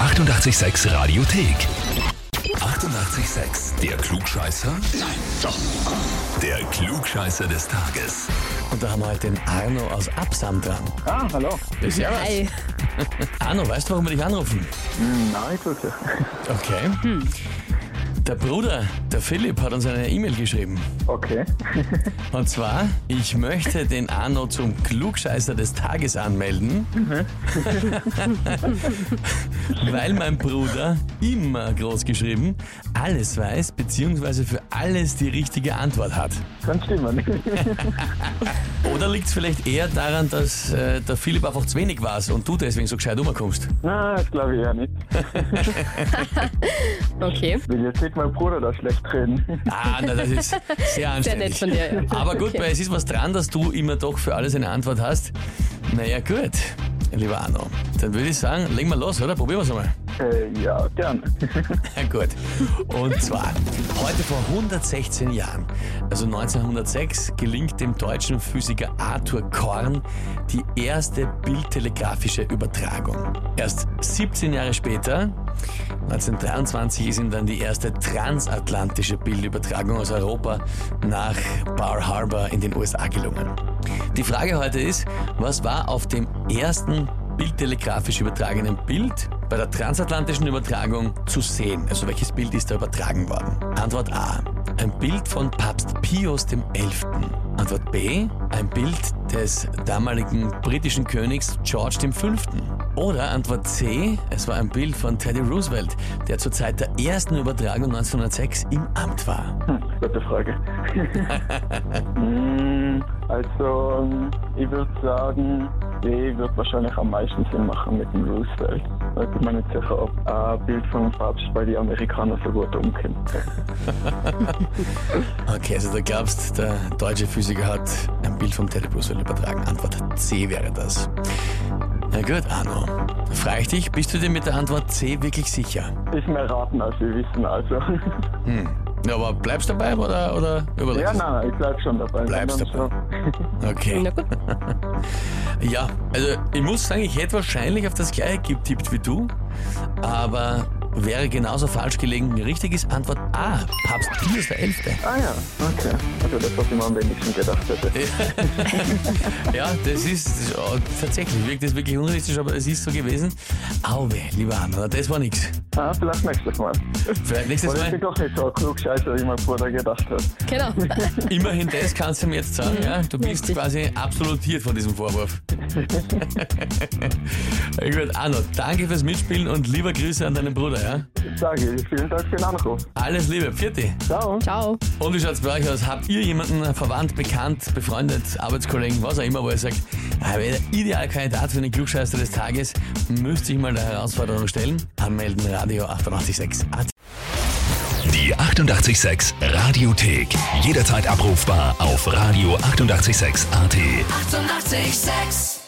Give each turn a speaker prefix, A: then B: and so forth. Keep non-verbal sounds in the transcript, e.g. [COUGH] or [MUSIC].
A: 886 Radiothek. 88,6. Der Klugscheißer? Nein, doch. Der Klugscheißer des Tages.
B: Und da haben wir heute den Arno aus Absam dran.
C: Ah, hallo.
B: Servus.
D: Ei.
B: [LAUGHS] Arno, weißt du, warum wir dich anrufen?
C: Nein, ich ja.
B: Okay. Der Bruder, der Philipp, hat uns eine E-Mail geschrieben.
C: Okay.
B: Und zwar, ich möchte den Arno zum Klugscheißer des Tages anmelden, [LAUGHS] weil mein Bruder immer groß geschrieben alles weiß, beziehungsweise für alles die richtige Antwort hat.
C: Kann stimmen.
B: Oder liegt es vielleicht eher daran, dass äh, der Philipp einfach zu wenig weiß und du deswegen so gescheit umkommst?
C: [LAUGHS] Na, das glaube ich ja nicht.
D: Okay,
C: Will jetzt nicht mein Bruder da schlecht reden. [LAUGHS]
B: Ah, na, das ist sehr
D: sehr
B: anständig.
D: nett von dir. ja.
B: Aber gut,
D: Okay.
B: weil es ist was dran, dass du immer doch für alles eine Antwort hast. Naja, gut, lieber Arno. Dann würde ich sagen, legen wir los, oder? Probieren wir es einmal. [LAUGHS]
C: Äh, ja, gern. [LAUGHS]
B: Ja, gut. Und zwar, heute vor 116 Jahren, also 1906, gelingt dem deutschen Physiker Arthur Korn die erste bildtelegrafische Übertragung. Erst 17 Jahre später, 1923, ist ihm dann die erste transatlantische Bildübertragung aus Europa nach Bar Harbor in den USA gelungen. Die Frage heute ist, was war auf dem ersten bildtelegrafisch übertragenen Bild bei der transatlantischen Übertragung zu sehen? Also welches Bild ist da übertragen worden? Antwort A. Ein Bild von Papst Pius XI. Antwort B. Ein Bild des damaligen britischen Königs George V. Oder Antwort C. Es war ein Bild von Teddy Roosevelt, der zur Zeit der ersten Übertragung 1906 im Amt war.
C: Hm, gute Frage. Hm, also, ähm, ich würde sagen, ich würde wahrscheinlich am meisten Sinn machen mit dem Roosevelt. Weil ich bin mir nicht sicher, ob ein Bild von Papst bei den Amerikanern so gut umkommt.
B: Okay, also du glaubst, der deutsche Physiker hat ein Bild vom Teddy Roosevelt übertragen. Antwort C wäre das. Na gut, Arno. Dann Frage ich dich, bist du dir mit der Antwort C wirklich sicher?
C: Ist mehr raten, als wir wissen, also. [LAUGHS]
B: Hm. Ja, aber bleibst dabei oder, oder überlegst
C: Ja,
B: du's?
C: nein, ich bleib schon dabei.
B: Bleibst
C: Dann
B: Okay.
D: Na gut,
B: Ja, also ich muss sagen, ich hätte wahrscheinlich auf das gleiche getippt wie du, aber wäre genauso falsch gelegen. Richtig ist Antwort A, Papst Pius der Elfte.
C: Ah ja, okay. Also das, was ich mir am wenigsten gedacht hätte.
B: Ja, das ist, das ist oh, tatsächlich, wirkt das wirklich unrealistisch, aber es ist so gewesen. Auwe, lieber Anna, das war nix.
C: Ah, vielleicht nächstes Mal.
B: Vielleicht nächstes
C: Weil ich bin
B: Mal.
C: doch nicht so klug scheiße, wie mein Bruder gedacht hat.
D: genau.
B: Immerhin das kannst du mir jetzt sagen, ja? Du bist
D: Richtig.
B: quasi absolutiert von diesem Vorwurf. Na Gut, Arno, danke fürs Mitspielen und lieber Grüße an deinen Bruder, ja?
C: Sage ich, vielen Dank für den Anruf.
B: Alles Liebe, Pfiat
C: Ciao.
D: Ciao.
B: Und wie schaut's bei euch aus? Habt ihr jemanden äh, verwandt, bekannt, befreundet, Arbeitskollegen, was auch immer, wo ihr sagt, er wäre der ideale Kandidat für den Klugscheißer des Tages, müsste ich mal der Herausforderung stellen? Anmelden Radio 886 AT.
A: Die 88,6 Radiothek. Jederzeit abrufbar auf radio886.at. 88,6.
E: Eighty-eight, sex.